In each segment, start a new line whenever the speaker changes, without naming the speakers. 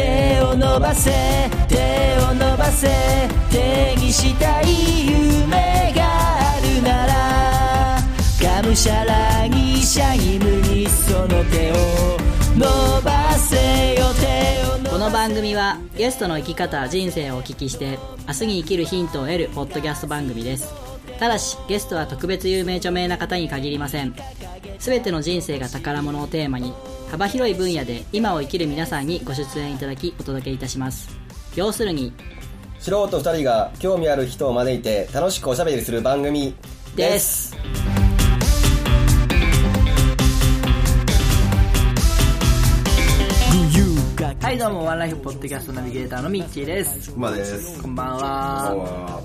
伸ばせ手を伸ばせ手にしたい夢があるならがむしゃらにシャイムにその手を伸ばせよ手を伸ばせ
この番組はゲストの生き方人生をお聞きして明日に生きるヒントを得るポッドキャスト番組ですただしゲストは特別有名著名な方に限りません全ての人生が宝物をテーマに幅広い分野で今を生きる皆さんにご出演いただきお届けいたします要するに
素人2人が興味ある人を招いて楽しくおしゃべりする番組
ですはいどうもワンライフポッドキャストナビゲーターのミッチーです
熊です
こんばん
こんばん
は
は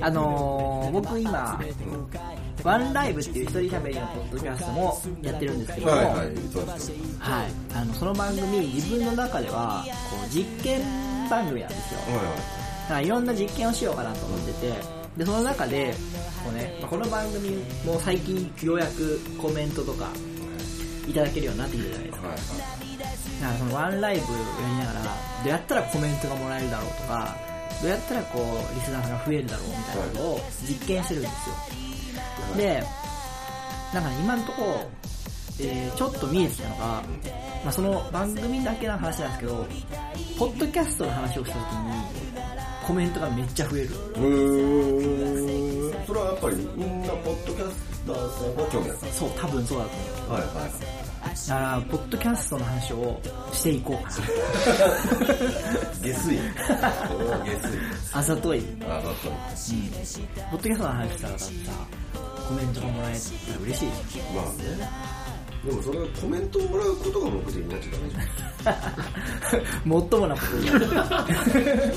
あのー、僕今ワンライブっていう一人喋りのポッドキャストもやってるんですけども、
はいはいそうです
はい、あのその番組自分の中ではこう実験番組なんですよ
はい
だからいろんな実験をしようかなと思っててでその中でこう、ね、まあこの番組も最近ようやくコメントとかいただけるようになってきたじゃないですか
はいはい
だからそのワンライブやりながらどうやったらコメントがもらえるだろうとかどうやったらこうリスナーが増えるだろうみたいなことを実験してるんですよでなんかね今のところ、えーちょっと見えてたのが、まあ、その番組だけの話なんですけどポッドキャストの話をした時にコメントがめっちゃ増える
うーんそれはやっぱりみんなポッドキャスターさんが興味ある
そう多分そうだと思う
はいは
だからポッドキャストの話をしていこうかない
下水これは下水
あざとい
あそうそう
ポッドキャストの話したらだってさコメントがもらえたら嬉しいじ
まあねでもそれはコメントをもらうことが目的になっちゃダメじゃん
ゃんもっともな こと言う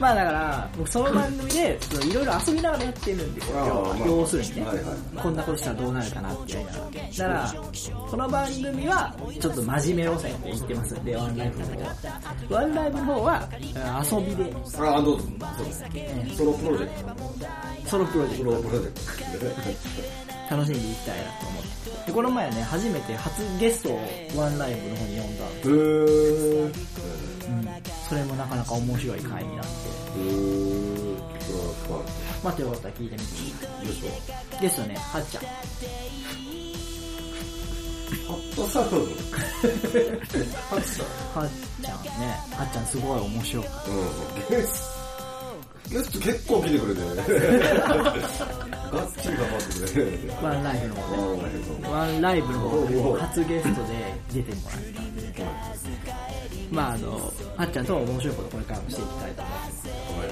まあだから僕その番組でそのいろいろ遊びながらやってるんですよ
あーまあ
要するにね、
はいはい
こんなことしたらどうなるかなっていうながらだからこの番組はちょっと真面目路線で行ってますんでワンライブの方はワンライブの方はあー遊びで
ああどうぞそうですソロプロジェクト
ソロプロジェク
ソ
ト
ロプロジェク
楽しんでいきたいなと思って。で、この前ね、初めて初ゲストをワンライブの方に呼んだ。
トうーん
それもなかなか面白い回になって。
うーんそれは不安
待ってよかったら聞いてみてくだ
よいしょ
さい。ゲストね、はっちゃん。
ホットサウンドハッサ
はっちゃんね、はっちゃんすごい面白かっ
うんゲスゲスト結構来てくれてねガッチリ頑張ってくれてね
た。ワンライブの
あ
方ね。
ーありがとう
ワンライブの方でも初ゲストで出てもらったんで、まああの、はっちゃんとも面白いことこれからもしていきたいと思います。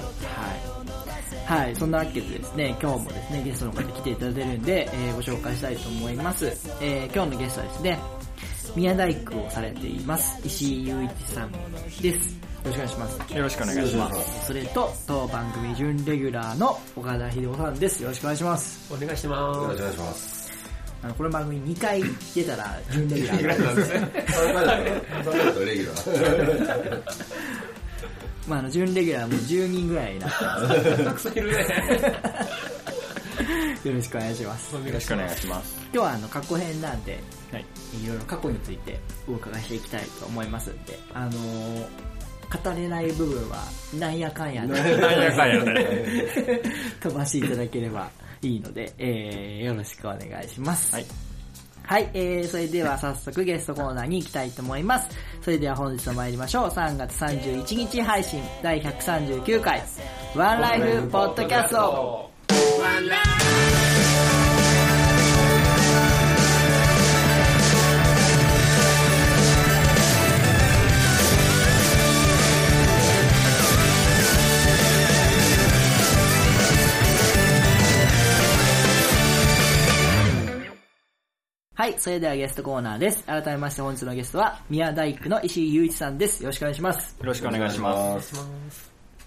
はい。はい、そんなわけでですね、今日もですね、ゲストの方来ていただいてるんで、えーご紹介したいと思います。えー今日のゲストはですね、宮大工をされています、石井雄一さんです。よろしくお願いします。
よろしくお願いします。
それと、当番組準レギュラーの岡田秀夫さんです。よろしくお願いします。
お願いし
よろ
ま
しくお願いします
あの、この番組2回出たら準レギュラー
す。なんですね。
3回だから3回だとレギュラー
まあ、あの、準レギュラーも10人ぐらいになってま
たくさんいるね。
す。 よろしくお願いします。
よろしくお願いします。
今日はあの、過去編なんで、
はい。
いろいろ過去についてお伺いしていきたいと思いますんで、あのー語れない部分はなんやかんやで
なんやかんやね。
飛ばしていただければいいので、えー、よろしくお願いします。
はい。
はい、えー、それでは早速ゲストコーナーに行きたいと思います。それでは本日も参りましょう。3月31日配信第139回、ワンライフポッドキャスト。はい、それではゲストコーナーです。改めまして本日のゲストは、宮大工の石井雄一さんです。よろしくお願いします。
よろしくお願いします。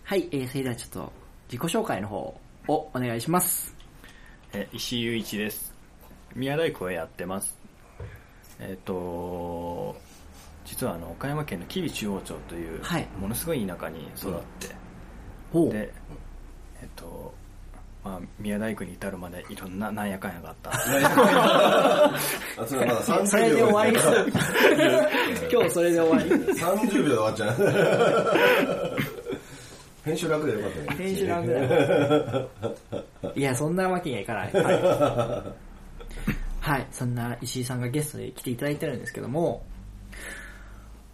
はい、えー、それではちょっと自己紹介の方をお願いします。
え石井雄一です。宮大工をやってます。えっ、と、実はあの岡山県の吉備中央町という、
はい
ものすごい田舎に育って、
ほう。
で、えっ、と、まあ、宮大工に至るまでいろんななんやかんやがあった
あ、それまだ30秒。
それで終わ りそう。今日それで終わり。
30秒で終わっちゃう。編集楽でよかったね。
編集なんだ よ。いや、そんなわけにはいかない。はい。はい、そんな石井さんがゲストで来ていただいてるんですけども、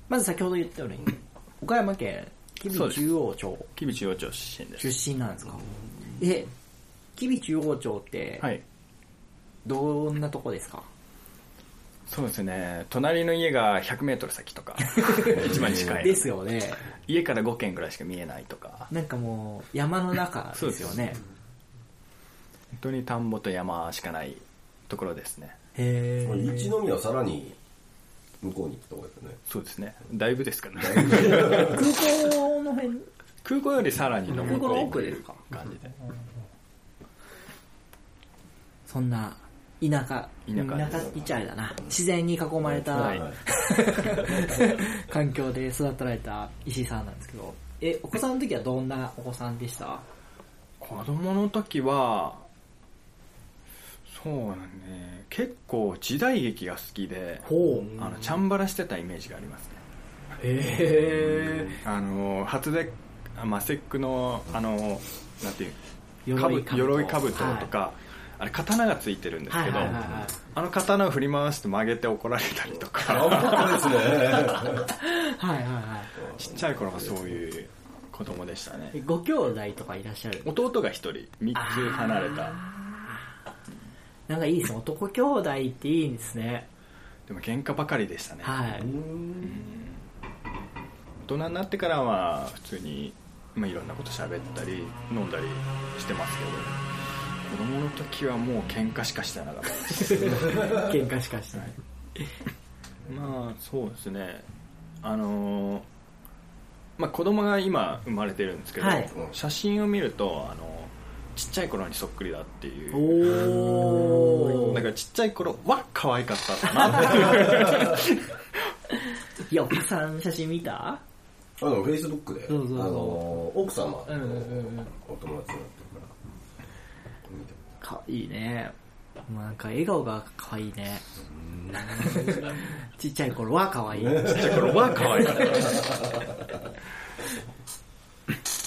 まず先ほど言ったように、岡山県吉備中央町
吉備中央町出身です
出身なんですか。え、吉備中央町って、
はい
どんなとこですか
そうですね隣の家が 100m 先 とか一番近い
ですよね。
家から5軒ぐらいしか見えないとか
なんかもう、山の中ですよね。
本当に田んぼと山しかないところですね
へー
一宮はさらに向こうに行った方がいいですね。
そうですねだいぶですかね
空港の辺、
空港よりさらに
空
登
港
って
の
い
奥で
く
すか
感じで
そんな田舎、
田舎です
田舎って言っちゃあれだな。自然に囲まれた、
はい
はい
環境で育てられた石井さんなんですけど、え、お子さんの時はどんなお子さんでした
子供の時はそうだね結構時代劇が好きで
ほ
あのチャンバラしてたイメージがありますね
へ
あの初であまあ節句のあのなんていう
ぇ
鎧鎧兜とか、あれ刀がついてるんです
は
け
い
ど、
はいはいは
あの刀を振り回して曲げて怒られたりと か
あ、本当で
い。はいはいは
ちっちゃい頃はそういう子供でしたね
い。ご兄弟とかいらっしゃる
弟が一人3つ離れた
なんかいいですね。男兄弟っていいですね。
でも喧嘩ばかりでしたね
はい。
大人になってからは普通に、まあ、いろんなこと喋ったり飲んだりしてますけど子供の時はもう喧嘩しかしてなかったです
喧嘩しかしてない。
まあそうですねあのーまあ子供が今生まれてるんですけど、
はい
写真を見るとあのちっちゃい頃にそっくりだっていう
お
だ
ー。
からちっちゃい頃は可愛かったかな
いや、お母さんの写真見た
すね。あの、フェイスブックで、あ
そうそう
の、奥様とお
う
友
んうん
達
う
に
んう
なっ
ん
てるから。見て
かいいね。もうなんか笑顔が可愛いね。 ちっちゃい頃は可愛い。
ちっちゃい 頃は可愛かった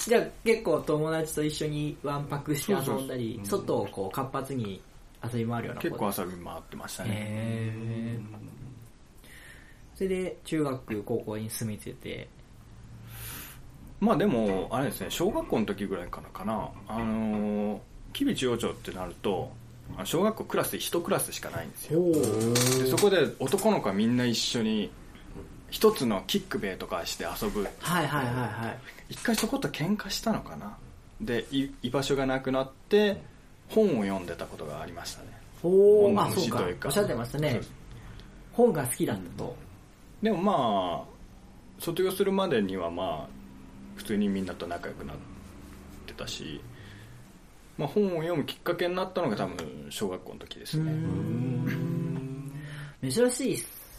じゃあ結構友達と一緒にワンパクして遊んだり、
そうそうそう
外をこう活発に遊び回るような子
結構遊び回ってました
へ
ね、
えそれで中学高校に住み着いて
まあでもあれですね小学校の時ぐらいからかなあのー吉備中央町ってなるとあの小学校クラス1クラスしかないんですよでそこで男の子はみんな一緒に一つのキックベイとかして遊ぶ
はいはいはいはい
一回そこと喧嘩したのかなでい居場所がなくなって本を読んでたことがありましたね
お
本
ー
の
あそう
虫
か
というか
おっしゃってました
そう
ね
です
本が好きだったと
でもまあ卒業するまでにはまあ普通にみんなと仲良くなってたし、まあ、本を読むきっかけになったのが多分小学校の時ですね
珍しいっ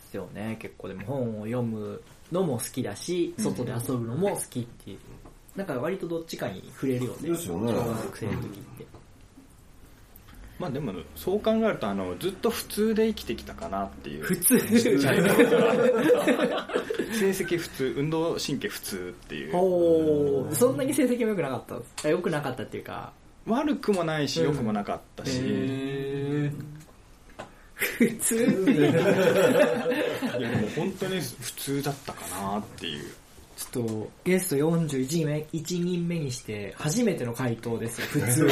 すよね結構でも本を読むのも好きだし外で遊ぶのも好きっていうなんか割とどっちかに触れるよね
ですよね
小学生の時って
まあでもそう考えるとあのずっと普通で生きてきたかなっていう
普通
成績普通運動神経普通っていう
おそんなに成績も良くなかったんですあ良くなかったっていうか
悪くもないし良くもなかったし、
普通っていう
いやでも本当に普通だったかなっていう
ちょっとゲスト41名1人目にして初めての回答ですよ普通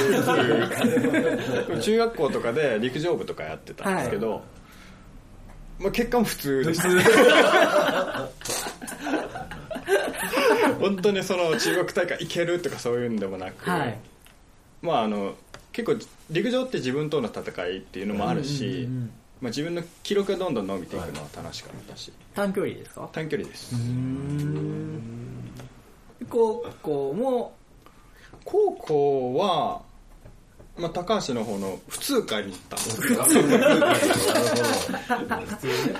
中学校とかで陸上部とかやってたんですけど、まあ、結果も普通でした 本当にその中国大会行けるとかそういうんでもなく、
はい
まああの結構陸上って自分との戦いっていうのもあるし、
うんうんうん
まあ、自分の記録がどんどん伸びていくのは楽しかったし
短距離ですか
短距離です、
高校も
高校は、まあ、高橋の方の普通会に行ったんです
た。なるほど普通ね。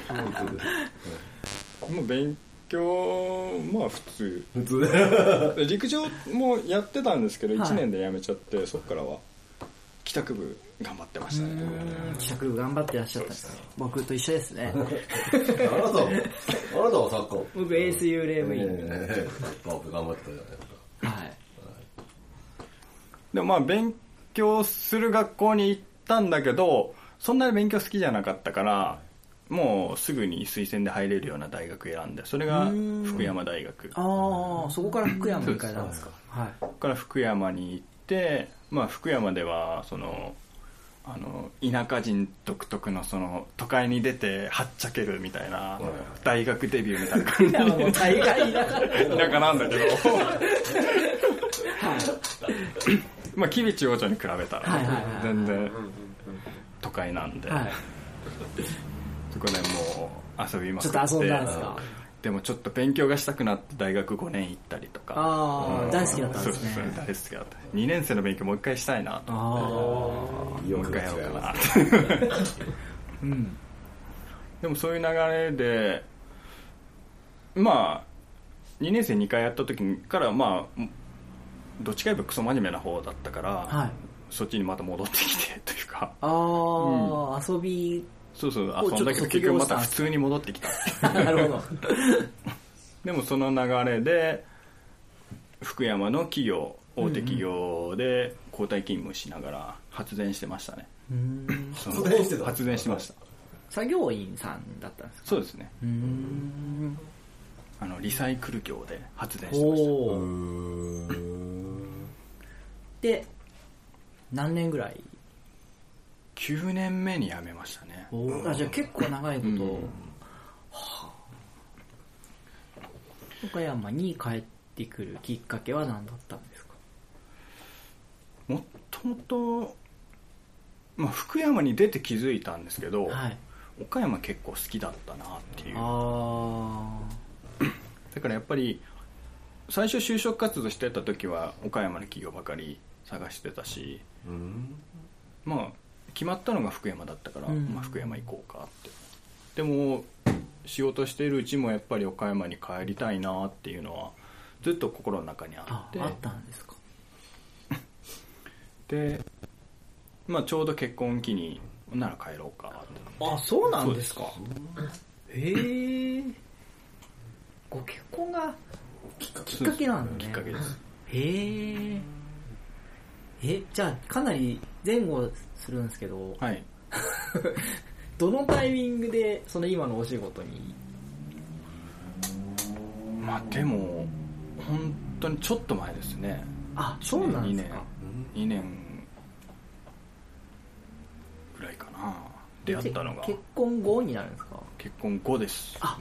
もう勉強まあ普通
普通で。
陸上もやってたんですけど
はい
1年でやめちゃって、そっからは帰宅部頑張ってましたね
帰宅部頑張ってらっしゃったんですね僕と一緒ですね
あなたは、あなたはサッカー。
僕 ASU レームイン
ええまあ頑張ってたじゃないですか。
はい
でもまあ勉強する学校に行ったんだけどそんなに勉強好きじゃなかったからもうすぐに推薦で入れるような大学選んでそれが福山大学こ
ああそこから福山に行かれたんですかはい
こから福山に行って、まあ、福山ではそのあの田舎人独特のその都会に出てはっちゃけるみたいな大学デビューみたいな感じ
いやもう大概だから
田舎なんだけどまあ吉備中央町に比べたら
はいはいはい
全然都会なんで、
はい
そこでもう遊びまくっ
ち
て
ょっと遊んだんですか
でもちょっと勉強がしたくなって大学5年行ったりとか
ああ大好きだったんです
そうそう
ね
大好きだった2年生の勉強もう一回したいなと
あ
もう一回やろうか なでもそういう流れでまあ2年生2回やった時からまあどっちか言えばクソ真面目な方だったから、
あはい
そっちにまた戻ってきてと いうか
ああー遊び
そうそう
お
遊んだけ
ちょっと
ど
卒
結
業
局
し
ま
た
た普通に戻ってきた
なるほど
でもその流れで福山の企業大手企業で交代勤務しながら発電してましたね、その
発電してた
発電してました
作業員さんだったんですか
そうですね
うーん
あのリサイクル業で発電してまし
おお
うーん。
で何年ぐらい
た9年目に辞めましたね
あじゃあ結構長いこと、
うん
はあ岡山に帰ってくるきっかけは何だったんですか
もっともと、まあ、福山に出て気づいたんですけど、
はい
岡山結構好きだったなっていう
あ
だからやっぱり最初就職活動してた時は岡山の企業ばかり探してたし
うん。
まあ決まったのが福山だったから、
うん
まあ、福山行こうかってでも仕事しているうちもやっぱり岡山に帰りたいなっていうのはずっと心の中に
ー
あ
あ
って
あったんですか
で、まあ、ちょうど結婚期にほんなら帰ろうかって
あそうなんですかへえご結婚がきっかけなんだね
きっかけです
へええじゃあかなり前後するんですけど、
はい
どのタイミングでその今のお仕事に
まあでも本当にちょっと前ですね
あそうなんですか
2年2年ぐらいかな出会ったのが
結婚後になるんですか
結婚後です
あ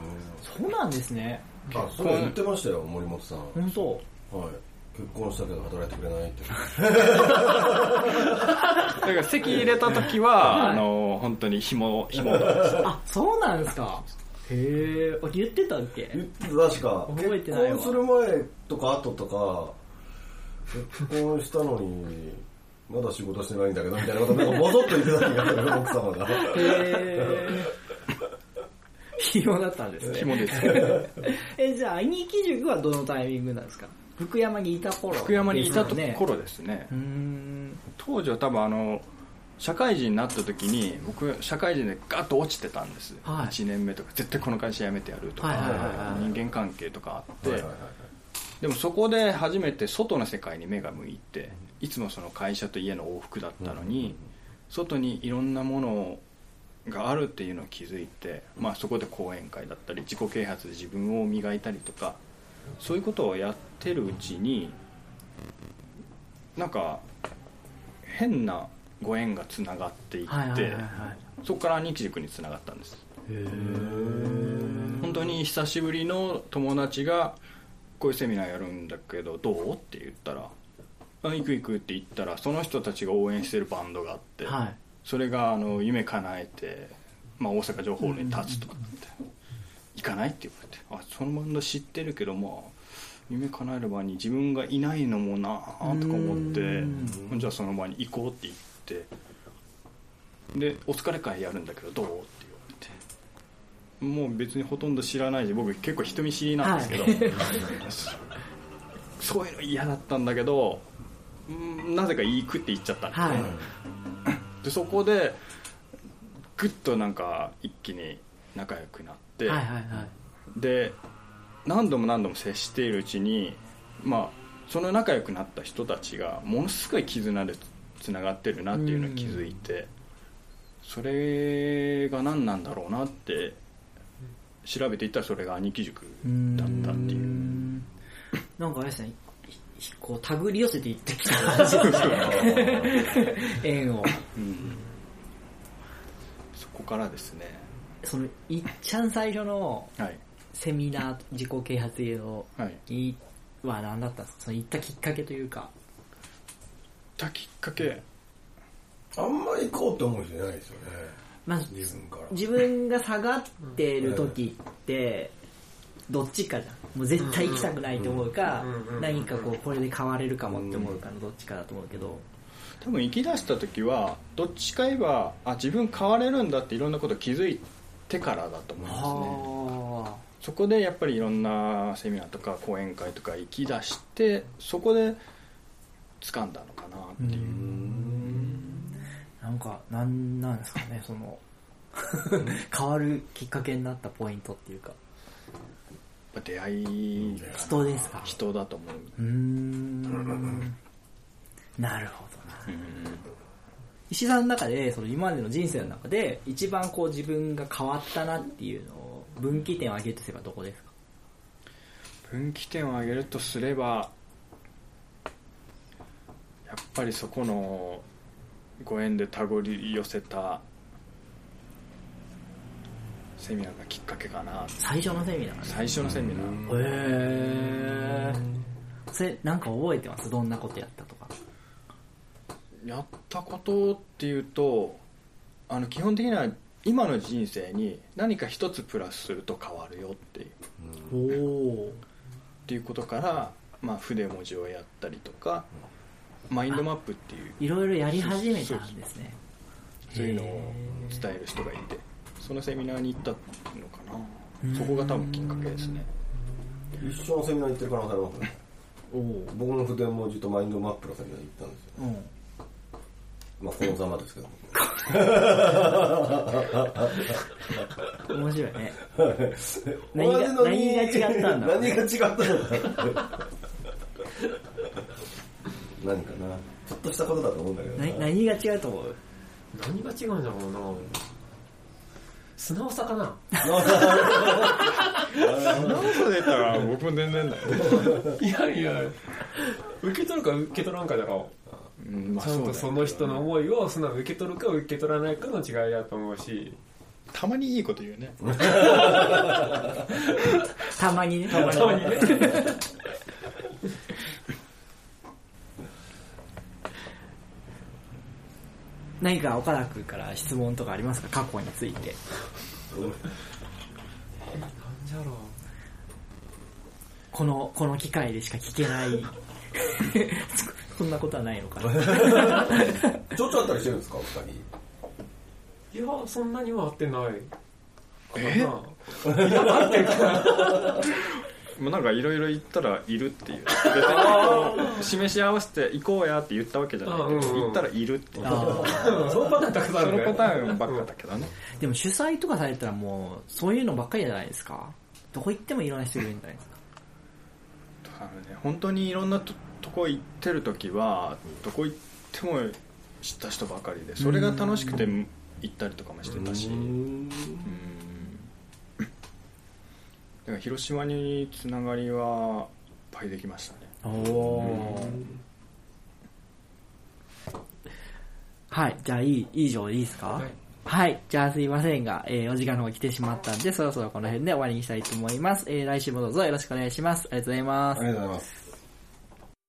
そうなんですね
あ、そう言ってましたよ、森本さん。
本当
はい。結婚したけど働いてくれないって。
だから席入れた時はあの本当に紐紐だった
あそうなんですかへえあ言ってたっけ
言ってた確か。
覚えてないわ
結婚する前とか後とか、結婚したのに、まだ仕事してないんだけど、みたいなこと、なんかボソッと言ってた気がする、奥様が。
へえ 暇だったんですね
紐です
えじゃあ兄貴塾はどのタイミングなんですか福山にいた頃
福山にいたと
ですよね
ころですね
うーん
当時は多分あの社会人になった時に僕社会人でガッと落ちてたんです、
はい
1年目とか絶対この会社辞めてやるとか、
はいはいはいはい
人間関係とかあって、
はいはいはい
でもそこで初めて外の世界に目が向いていつもその会社と家の往復だったのに外にいろんなものがあるっていうのを気づいて、まあ、そこで講演会だったり自己啓発で自分を磨いたりとかそういうことをやってるうちになんか変なご縁がつながっていって、
はいはいはいはい
そこから兄貴塾につながったんです
へえ
本当に久しぶりの友達が「こういうセミナーやるんだけどどう?」って言ったら「あ行く行く」って言ったらその人たちが応援してるバンドがあって、
はい
それがあの夢叶えて、まあ、大阪城ホールに立つとかって、行かないって言われて「あそのバンド知ってるけどまあ夢叶える場に自分がいないのもなあ」とか思っ
う
て
ん
「じゃあその場に行こう」って言ってで「お疲れ会やるんだけどどう?」って言われて。もう別にほとんど知らないし僕結構人見知りなんですけど、 そういうの嫌だったんだけどうんなぜか行くって言っちゃったんですね、
はい
でそこでグッとなんか一気に仲良くなって、
はいはいはい
で何度も何度も接しているうちにまあその仲良くなった人たちがものすごい絆でつながってるなっていうのに気づいてそれが何なんだろうなって調べていったらそれが兄貴塾だったっていう
うんなんかあれですねいいこう手繰り寄せていってきた感じですね 縁を
うんそこからですね
そのいっちゃん最初の
はい
セミナー自己啓発系の
はい
いは何だったんですかその行ったきっかけというか
たきっかけ
あんまり行こうって思う人いないですよね。
まあ
自分から。
自分が下がってる時ってどっちかじゃんもう絶対行きたくないと思うか何かこうこれで変われるかもって思うかのどっちかだと思うけど
多分生き出した時はどっちか言えばあ自分変われるんだっていろんなこと気づいてからだと思いますね
は
そこでやっぱりいろんなセミナーとか講演会とか行き出してそこで掴んだのかなっていう、
あなんかなんなんですかねその変わるきっかけになったポイントっていうか
やっぱ出会い
人ですか
人だと思う、
うーんなるほどな石井さんの中でその今までの人生の中で一番こう自分が変わったなっていうのを分岐点を挙げるとすればどこですか
分岐点を挙げるとすればやっぱりそこのご縁で手繰り寄せたセミナーがきっかけかな
最初のセミナーへ
最初のセミナー
えそれなんか覚えてますどんなことやったとか
やったことっていうとあの基本的には今の人生に何か一つプラスすると変わるよってい
お
う
お
っていうことから、まあ、筆文字をやったりとかマインドマップっていう
いろいろやり始めたんですね
そういうのを伝える人がいてそのセミナーに行ったのかなそこが多分きっかけですね
一緒のセミナー行ってる可能性ありますね。
おお
僕の筆文字とマインドマップのセミナー行ったんですよ。
うん
まあ、このざまですけど。
面白いね何が
同じの
何
に
が違ったんだろう
何が違ったんだろう何かな。ちょっとしたことだと思うんだけどな
な何が違うと思う
何が違うんだろうな素直さかな
何個出たら僕も全然だよ、
いやいや受け取るか受け取らんかだろ
うんまあ
ちゃんと
そ
そう
だよ
の人の思いを素直に受け取るか受け取らないかの違いだと思うした
まにいいこと言うね
たまにねた
たまにね
何か岡田君から質問とかありますか過去について
なんじゃろう
このこの機会でしか聞けない そんなことはないのかな
ちょっとあったりしてるんですか、お二
いやそんなには合ってない
え
な
もうなんかいろいろ言ったらいるっていう別にこう示し合わせて行こうやって言ったわけじゃないけど、
あうんうん
言ったらいるっていう
あー
うんそのパターンたくさんあ
そ
る
の
ね
パターンばっかだけどね、
でも主催とかされたらもうそういうのばっかりじゃないですかどこ行ってもいろんな人いるんじゃないですか
あのね本当にいろんなととこ行ってる時はどこ行っても知った人ばかりでそれが楽しくて行ったりとかもしてたしうん
人。
だから広島につながりはいっぱいできま したね
おおはいじゃあいい以上でいいですか
はい
はい。じゃあすいませんが、えー、お時間の方が来てしまったんで、そろそろこの辺で終わりにしたいと思います。えー、来週もどうぞよろしくお願いします。ありがとうございます
あり。がとうございます。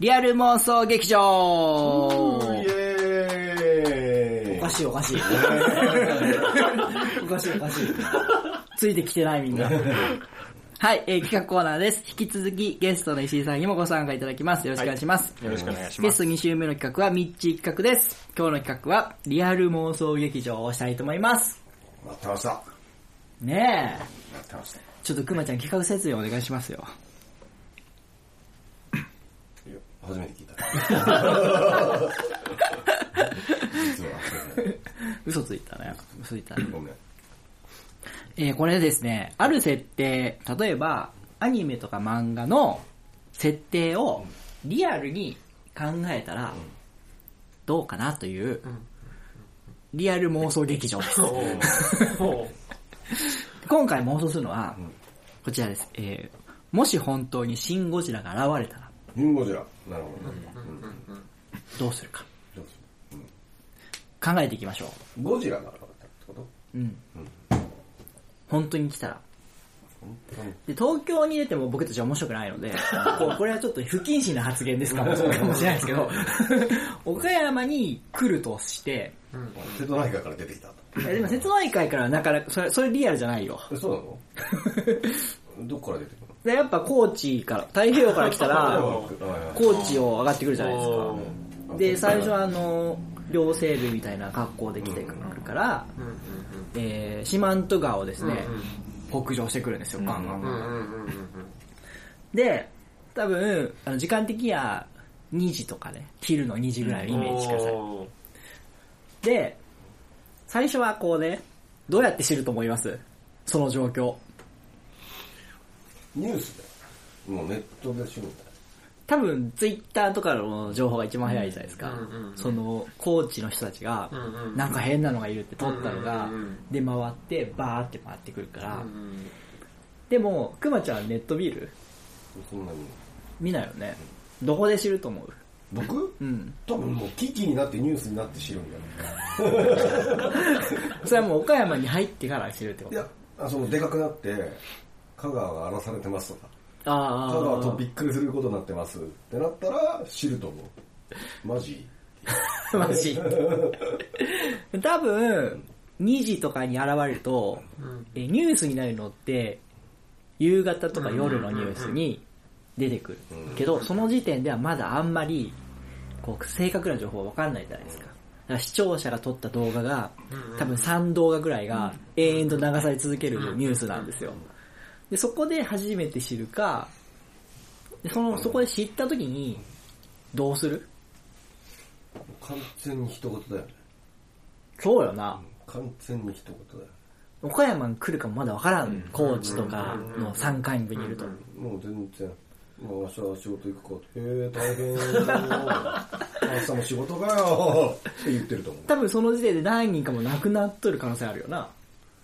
リアル妄想劇場
イエーイ
おかしいおか しい。おかしいおかしい。ついてきてないみんな。はい、えー企画コーナーです。引き続きゲストの石井さんにもご参加いただきます。よろしくお願いします。
よろしくお願いしま
ゲス
す
ト2週目の企画はミッチー企画です。今日の企画はリアル妄想劇場をしたいと思います。
待ってました。
ねえ。
待ってました。
ちょっとくまちゃん企画説明お願いしますよ。
いや初めて 聞いた。実は、
嘘ついたね。嘘ついたね。
ごめん。
えーこれですね、ある設定、例えば、アニメとか漫画の設定をリアルに考えたら、どうかなという、リアル妄想劇場です。
ほ
今回妄想するのは、こちらです。えーもし本当にシン・ゴジラが現れたら、
リンゴジラ。なるほどね。
どうするか。
どうする
考えていきましょ
うんゴジラが現れたってこと
う。うん。本当に来たら。
うん
で、東京に出ても僕たちは面白くないので、こうこれはちょっと不謹慎な発言ですかもそうかもしれないですけど、 岡山に来るとして、
瀬戸内海から出てきた。
いやでも瀬戸内海からはなかなか、それ、それリアルじゃないよ。
え、そうなのどっから出てくる
で、やっぱ高知から、太平洋から来た ら、
の
高知を上がってくるじゃないですか。
うん
で、最初はあの、両西部みたいな格好で来てくるから、
う。うん
えー、四万十川をですね、北上してくるんですよ、ガンガン。
うんうんうんうんうん
で、多分、あの時間的には2時とかね、昼の2時ぐらいのイメージしてください。
おー
で、最初はこうね、どうやって知ると思いますその状況。
ニュースだよ。もうネットで知るんだよ。
多分、ツイッターとかの情報が一番早いじゃないですか。
うんうんうん
その、高知の人たちが、
うんうん
なんか変なのがいるって撮ったのが、
うんうんうん
で、回って、バーって回ってくるから。
うん
でも、くまちゃんネット見る
そんなに。
見ないよね。どこで知ると思う
僕
うん。
多分もう危機になってニュースになって知るんだよ。
それはもう岡山に入ってから知るってこ
い
と
や、あそのでかくなって、香川が荒らされてますとか、
あ
香
あ
川とびっくりすることになってますってなったら知ると思う。マジ
マジ。多分、2時とかに現れると、えニュースになるのって、夕方とか夜のニュースに出てくる。けど、その時点ではまだあんまり、こう、正確な情報はわかんないじゃないですか。だから視聴者が撮った動画が、多分3動画ぐらいが永遠と流され続けるニュースなんですよ。で、そこで初めて知るか、でその、そこで知った時に、どうする
完全に一言だよね。
そうよな。
完全に一言だよ。
岡山に来るかもまだわからん。高知とかの山間部にいると。
もう全然。もう明日は仕事行くか。えー、大変。明日も仕事かよ。って言ってると思
多分その時点で何人かも亡くなっとる可能性あるよな。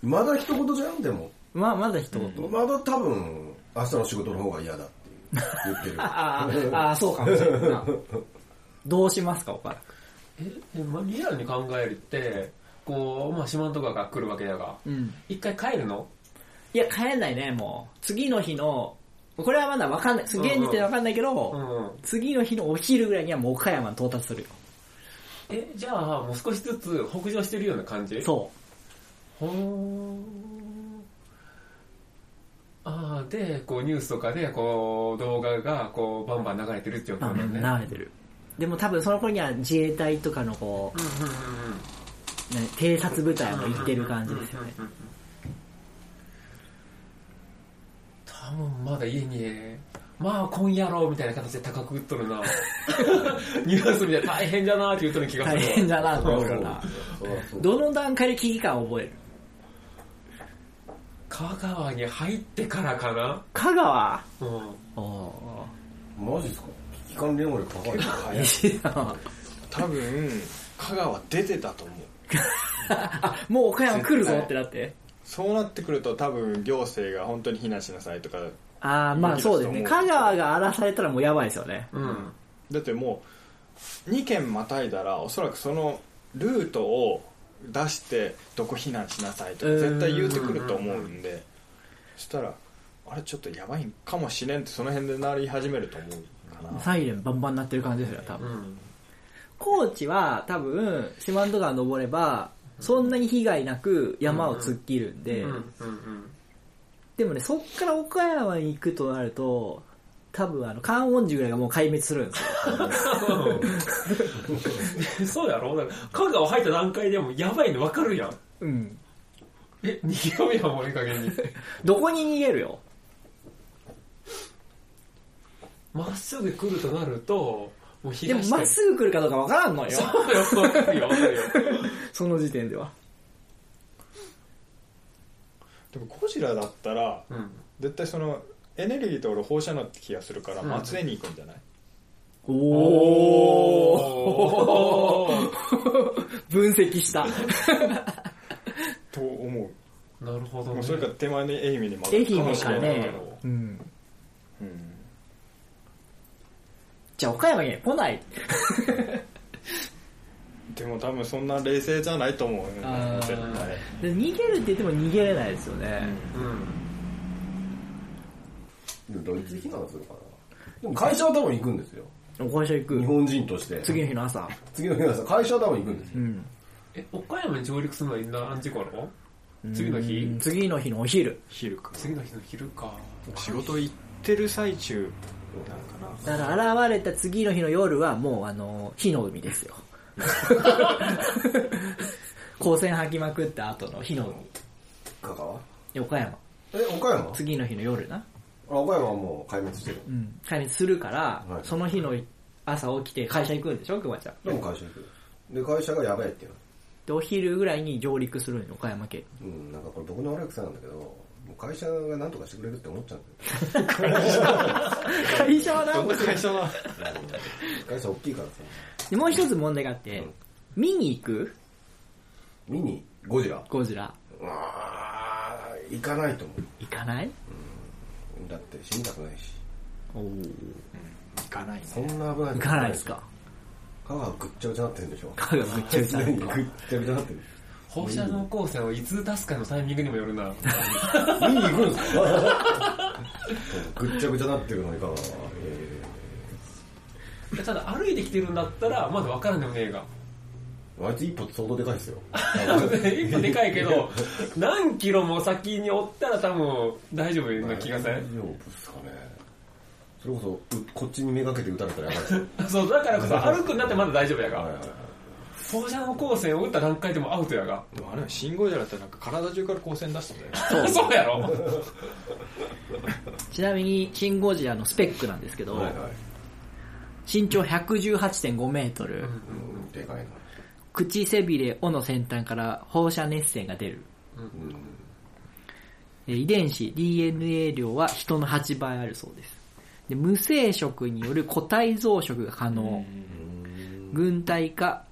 う。まだ一言じゃん、でも。
まあ、まだ一言。
まだ多分、明日の仕事の方が嫌だって言ってる。
ああ、ああ、そうかもしれんな。どうしますか、岡山。
え、でもリアルに考えるって、こう、まあ、四万十川が来るわけだが、
ん
一回帰るの
いや、帰んないね、もう。次の日の、これはまだわかんない。現時点でわかんないけど、
うん。
次の日のお昼ぐらいにはもう岡山に到達するよ。
え、じゃあ、もう少しずつ北上してるような感じう。
そ
ほー。ああ、で、こう、ニュースとかで、こう、動画が、こう、バンバン流れてるっていう
う。あ
だよね。
流れてる。でも多分その頃には自衛隊とかのこ
うんうんうん
う、ね偵察部隊も行ってる感じですよね。
多分まだ家に、まあ今夜ろみたいな形で高く売っとるな。 ニュースみたいな大変じゃなって言っとる気がす
大
るわ。
変だなと思うよな。
そう
どの段階で危機感を覚える
香川に入ってからかな。
香川
うん。
お
マジっすか危機管理能力高いな。
ー
多分香川出てたと思う
あ、もう岡山来るぞってなって。
そうなってくると多分行政が本当に避難しなさいとか
ああ、まあそうですね。香川が荒らされたらもうやばいですよね。
うん。
だってもう2県またいだらおそらくそのルートを出してどこ避難しなさいとか
うん
絶対言うてくると思うんでそしたらあれちょっとやばいんかもしれんってその辺でなり始めると思うかな
サイレンバンバンなってる感じですよ、多
う
分。
ん。
高知は多分、四万十川登れば、そんなに被害なく山を突っ切るんで
う、ん。うん。
でもね、そっから岡山に行くとなると、多分あの、観音寺ぐらいがもう壊滅するんですよ。
そうやろだから香川入った段階でもやばいの分かるやん。
うん。
え、逃げようやもういい加 減に。
どこに逃げるよ
まっすぐ来るとなると、もう
でも
東
まっすぐ来るかどうかわからんのよ
ぐ。そうよ、わかるよ、わかるよ。
その時点では
でもゴジラだったら
うん。
絶対そのエネルギーと俺放射能って気がするから松江に行くんじゃない、
お
おー
分析した
と思
なるほ
う、
ど
も
ね。
うそれか手前に愛媛に
愛
回るかも
媛
し
か
れないけ
ね
ど、
うん
うん
じゃあ岡山に来ない
でも多分そんな冷静じゃないと思うよ
あー
絶対
で逃げるって言っても逃げれないですよね、
うん。
でも土日避難するかな。でも会社は多分行くんですよ。
会社行
日
く
本人として。
次の日の朝
次の日の朝、会社は多分行くんです
う
よ。
ん
え、岡山に上陸するのは何時頃次の日
うん次の日のお昼
昼か
次の日の昼か。
仕事行ってる最中なのかな
だから現れた次の日の夜はもうあの火の海 ですよ光線吐きまくった後の火の
香川
海岡山
え、岡山
次の日の夜な、
あ岡山はもう壊滅してる。
うん、壊滅するから、
はい
その日の朝起きて会社行くんでしょ熊ちゃん
でも会社行く。で、会社がやべえっていう。
でお昼ぐらいに上陸するのよ岡山県
うん、なんかこれ僕の悪い癖なんだけど、もう会社が何とかしてくれるって思っちゃうんだよ。
会社はなんか
会社は
会社大きいからさ。
でもう一つ問題があって、
うん
見に行く
見に、ゴジラ。
ゴジラ
うわー、行かないと思う。
行かない
だって死にたくないし。
行かないね
そんな危ない
行かないです か
香川ぐっちゃぐちゃなってるんでしょ。
歯がぐっちゃぐちゃ
常にぐっちゃ ぐちゃなってる。
放射能光線をいつ出すかのタイミングにもよる な。
見に行くんですかぐっちゃぐちゃなってるのにか、え
ただ歩いてきてるんだったら、まだわからんでもねえが。
ー、あいつ一歩って相当でかいですよ。
一歩でかいけど、何キロも先におったら多分大丈夫な気がせ
大
ん。
丈夫ですかね。それこそ、うこっちにめがけて撃たれたらやばいですよ。
そう、だからこそ歩くんだってまだ大丈夫や
はいはい
が。
はい
放射能光線を打った段階でもアウトやが。
でもあれは信号じゃなくてなんか体中から光線出してたよ
そうやろ。
ちなみにシンゴジラのスペックなんですけど、
はいはい。
身長118.5メートル、
うん、でかいな。
口背びれ尾の先端から放射熱線が出る、えー遺伝子 DNA 量は人の8倍あるそうですで無生殖による個体増殖が可能軍隊化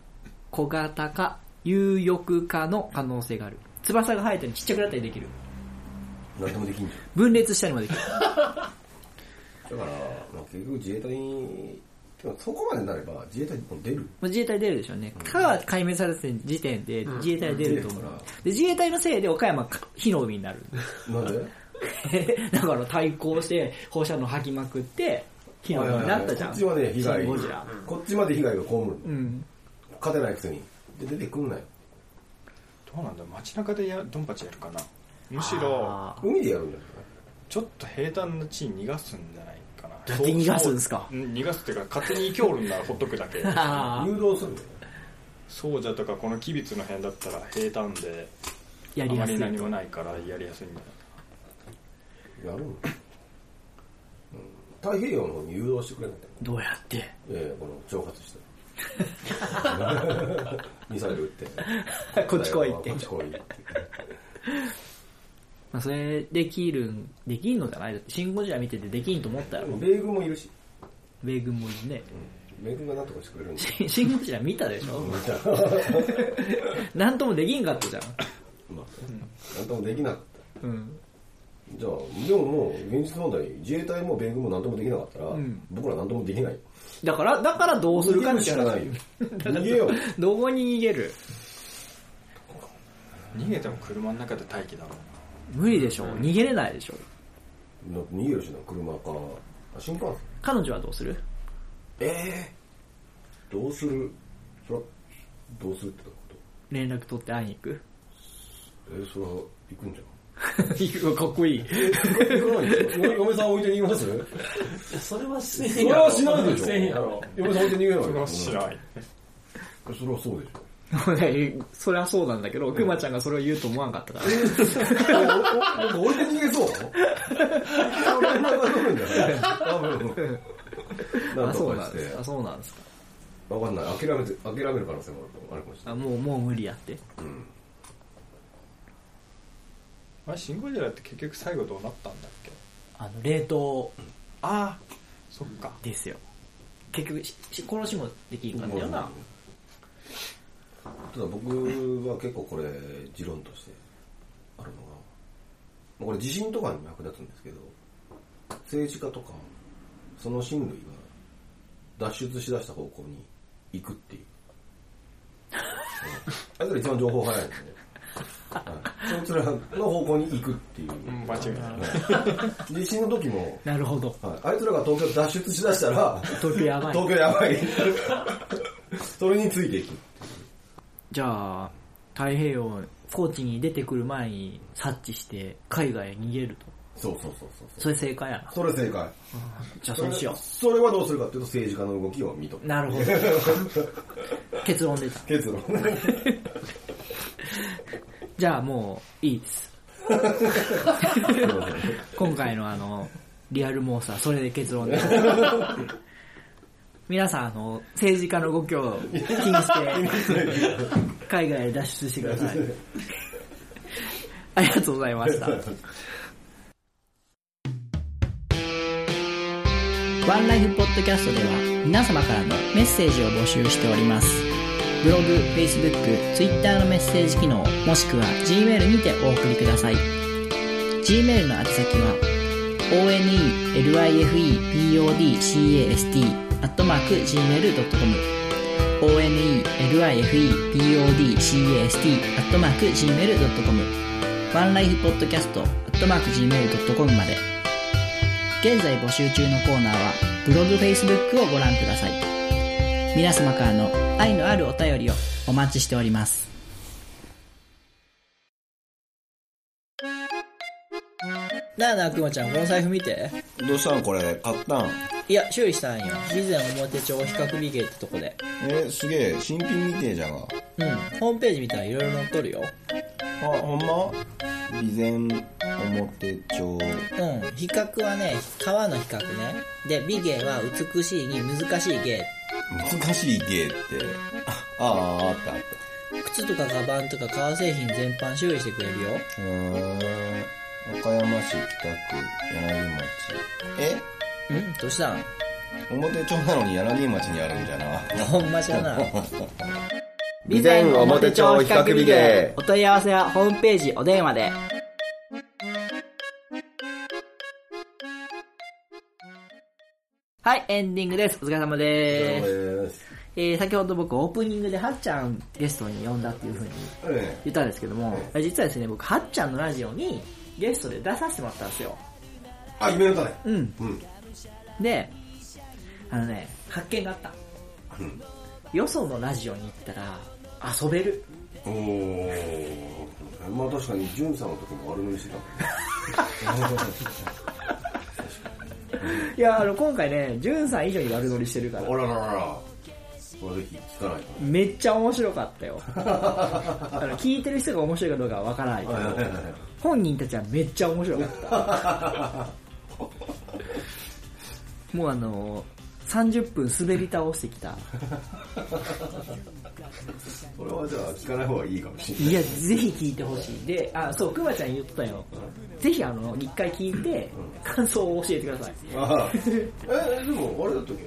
小型化有翼化の可能性がある翼が生えたりちっちゃくなったりできる
何でもできんじ
分裂したりもでき る
ゃん。だから、まあ、結局自衛隊に、でもそこまでになれば自衛隊も出る。
もう自衛隊出るでしょうね。かは解明されてる時点で自衛隊出ると思う。
うん
で自衛隊のせいで岡山か火の海になる。
なん で
だから対抗して放射能吐きまくって火の海になったじゃん。
こっちまで被害
シンゴジラ。、
こっちまで被害が被るの。
うん。
勝てないくせに。で、出てくんなよ。
どうなんだ街中でやドンパチやるかなむしろ
あ
海でやるんじゃない
ちょっと平坦な地に逃がすんじゃないかな
どうやって逃がすんですか
そううん逃がすっていうか勝手に行きおるんならほっ とくだけ
あー
誘導するの
そうじゃとかこの吉備の辺だったら平坦で
や
あ
り
ま
やす
り
い。
何もないからやりやすいんだ
やるの、うん、太平洋の方に誘導してくれないんだよ
どうやって
ええこの挑発して ミサイル撃って
こっち来いって
こっち来いって
まあそれできるん、できんのじゃないだってシンゴジラ見ててできんと思ったら
で、も米軍もいるし
米軍もいるね。
米軍がなんとかしてくれる んだよ
シンゴジラ見たでしょ
みたいな
なんともできんかったじゃん。
まあなんともできなかっ
うん。
たじゃあでももう現実問題自衛隊も米軍もなんともできなかったら、
ん
僕らなんともできない
だから、だからどうするかっ
逃げる
て
し
話
かないよ逃げよう
どこに逃げる
逃げても車の中で待機だろう
無理でしょ逃げれないでしょ
だって逃げるしな車かあ新幹線
彼女はどうする
ええどうするそらどうするってこと
連絡取って会いに行く
えー、それは行くんじゃん。
行くかっこいい。
嫁嫁さん置いて逃げます
それはしね
それはしないでしょ
せんやろ。
嫁さん置いて逃げない
それはしない
それはそうでしょ。
もうね、 そりゃそうなんだけど、くまちゃんがそれを言うと思わんかったから。
なんか置いて逃げそう 俺が頼むんじゃない多分。な
あ、
ん
そ
と
う
か
なん
し
です
て
か。。そうなんですか。
わかんない。諦めて、諦める可能性もあるあるかもしれ
あ
ない。
もう、もう無理やって。
あれシン・ゴジラって結局最後どうなったんだっけ
あの、冷凍
ああそっか
ですよ。結局、しし殺しもできるんだよな。
ただ僕は結構これ、持論としてあるのが、まあこれ地震とかにも役立つんですけど、政治家とか、その親類が脱出しだした方向に行くっていう。うんあいつら一番情報早いんですね。はい、そいつらの方向に行くっていう。
間違いない
はい地震の時も、
なるほど。
はい、あいつらが東京脱出しだしたら、
東京やばい。
東京やばい。それについていく。
じゃあ、太平洋、高知に出てくる前に察知して、海外へ逃げると。
そうそうそうそうそう。
それ正解やな。
それ正解。
じゃあそうしよ
それはどうするかっていうと政治家の動きを見と
う。
く。
なるほど。結論出た。
結論。
じゃあもう、いいです。今回のあの、リアルモンスター、それで結論 です。皆さん、あの、政治家の動きを気に して、海外へ脱出してください。 ありがとうございました。ワンライフポッドキャストでは皆様からのメッセージを募集しております。ブログ、Facebook、Twitter のメッセージ機能、もしくは Gmail にてお送りください。Gmail の宛先は、onelifepodcast アットマーク gmail.com onelifepodcast アットマーク gmail.com ワンライフポッドキャストアットマーク gmail.com まで現在募集中のコーナーはブログ、Facebook をご覧ください。皆様からの愛のあるお便りをお待ちしております。なあなあくまちゃん、この財布見て。
どうしたんこれ、買ったん
いや、修理したんよ。備前表帳比較美芸ってとこで。
え、すげえ、新品みてえじゃんが。
うん。ホームページ見たらいろいろ載っとるよ。
あ、ほんま備前表帳。
うん。比較はね、川の比較ね。で、美芸は美しいに難しい芸。
難しい芸って。あ、ああったあっ
靴とかカバンとか革製品全般修理してくれるよ。
た。へえ。岡山市北区、柳町。え
うんどうしたん
表帳なのに柳町にあるんじゃな。
ほんまじゃな。
備前表帳比較美芸
お問い合わせはホームページお電話で。はい、エンディングです。お疲れ様です。えー先ほど僕オープニングではっちゃんゲストに呼んだっていうふうに
え
言ったんですけども、実はですね、僕はっちゃんのラジオにゲストで出させてもらったんですよ。
えあ、夢の種。
うん。
うん。
で、あのね、発見があった。
うん
よそのラジオに行ったら遊べる。
おー。まあ確かに、ジュンさんの時も悪乗りしてたもんね。
いや、あの、今回ね、じゅんさん以上に悪乗りしてるから
あ、らららら。これぜひ聞かな いとね。
めっちゃ面白かった よ。あの、聞いてる人が面白いかどうかはわからないけど、本人たちはめっちゃ面白か った。もうあの、30分滑り倒してきた。
それはじゃあ聞かない方がいいかもしれない
い。や、ぜひ聞いてほしい。で、あ、そう、くまちゃん言ってたよ。ぜひあの、一回聞いて、感想を教えてください。
ああえ、でも、あれだったっけ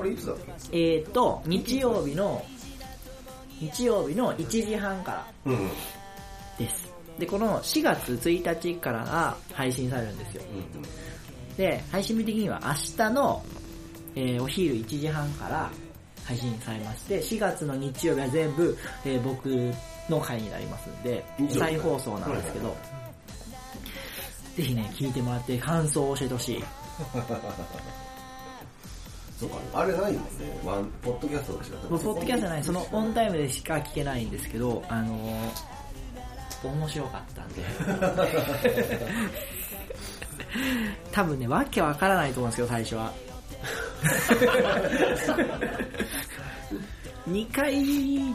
あれいつだっけ
えー、と、日曜日の、日曜日の1時半から
うん。うん。
です。で、この4月1日からが配信されるんですよ。で、配信日的には明日の、えーお昼1時半から配信されまして、4月の日曜日は全部、えー僕の回になりますんで
いい、よ
再放送なんですけど、ぜひね、聞いてもらって感想を教えてほしい。
そうか、あれないもんね。ワン、ポッドキャストと違って。
もうポッドキャストじゃない、そのオンタイムでしか聞けないんですけど、あのー、面白かったんで。 多分ね、わけわ からないと思うんですけど、最初は。 2回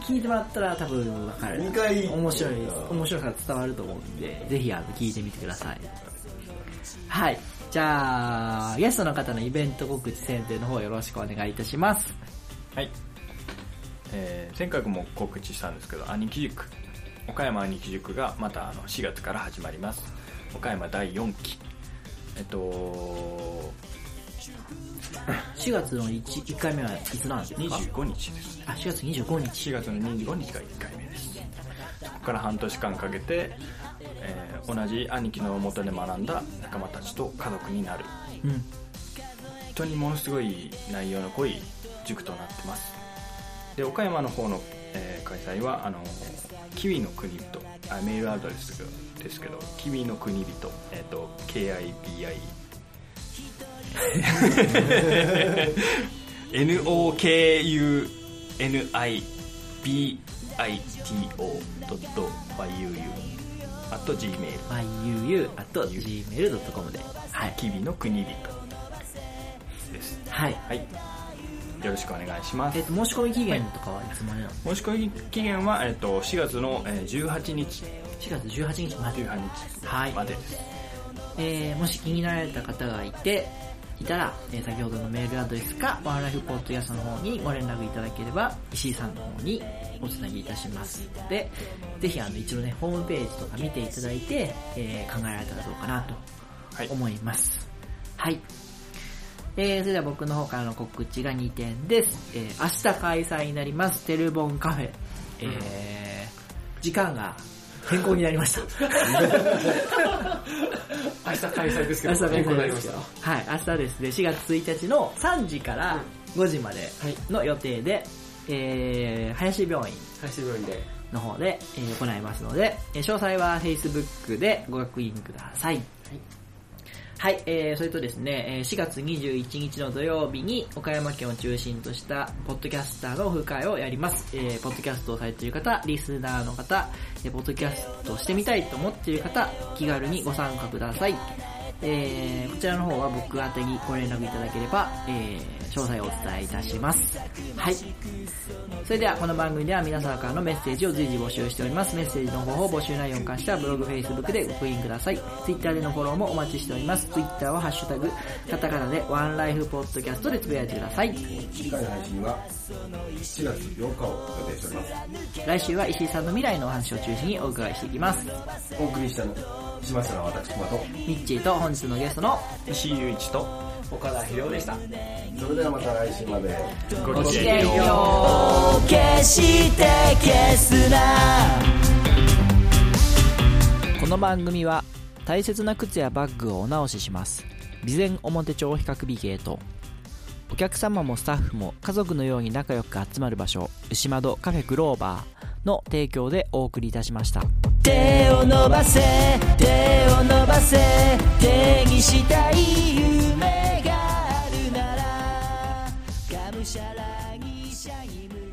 聞いてもらったら多分分かる。
二回
面白いです。面白さが伝わると思うんで、ぜひあの聞いてみてください。はい。じゃあ、ゲストの方のイベント告知宣伝の方よろしくお願いいたします。
はい、えー前回も告知したんですけど兄貴塾岡山兄貴塾がまたあの4月から始まります岡山第4期えっと
4月の 1, 1回目はいつなんですか
25日ですね
あ、4月25日。
4月の25日が1回目ですそこから半年間かけて、えー同じ兄貴の元で学んだ仲間たちと家族になる
うん。
本当にものすごい内容の濃い塾となってますで岡山の方の、えー開催はあのキウイの国人あメールアドレスですけどキウイの国人、えー、と KIBI NOKUNIBITO.yuu.gmail
yuu.gmail.com で。はい。
キビの国人です
はい。
はいよろしくお願いします
えっ、と、申し込み期限とかはいつまでなの、
申し込み期限は、えっと4月のえー18日
?4 月18日まで。
18
はい
日までです、
えー、もし気になられた方がいて、いたら、えー先ほどのメールアドレスか、ワンライフポッドキャストの方にご連絡いただければ、石井さんの方におつなぎいたしますので、ぜひあの、一度ね、ホームページとか見ていただいて、えー考えられたらどうかな
はい
と思います。はい。えー、それでは僕の方からの告知が2点です。えー、明日開催になります、テルボンカフェ。えー、時間が変更になりました。
明日開催ですけ
明日
ど、
開催
なり
で
ますし
よ
た。
はい、明日ですね、4月1日の3時から5時までの予定で、えー、林病院
最終病院で。
の方で、えー行いますので、えー詳細は Facebook でご確認ください。はい、えー、それとですね、えー4月21日の土曜日に岡山県を中心としたポッドキャスターのオフ会をやります。えー、ポッドキャストをされている方、リスナーの方、えーポッドキャストをしてみたいと思っている方、気軽にご参加ください。えー、こちらの方は僕宛てにご連絡いただければ、えー、詳細をお伝えいたします。はい。それではこの番組では皆様からのメッセージを随時募集しておりますメッセージの方法を募集内容に関してはブログ、フェイスブックでご確認ください Twitter でのフォローもお待ちしております Twitter はハッシュタグカタカナでワンライフポッドキャストでつぶやいてください
次回の配信は7月8日を予定しております
来週は石井さんの未来のお話を中心にお伺いしていきます
お送りしたのしましたのは私熊と
ミッチーと本日のゲストの
石井雄一と
岡田秀夫でした。
それではまた来週まで
ご
ご
き
き
げ
げ
ん
ん
よう
よう
消して消すな
この番組は大切な靴やバッグをお直しします備前表帳比較美ゲートお客様もスタッフも家族のように仲良く集まる場所牛窓カフェグローバーの提供でお送りいたしました
手を伸ばせ手を伸ばせ手にしたい夢があるならがむしゃらにシャイム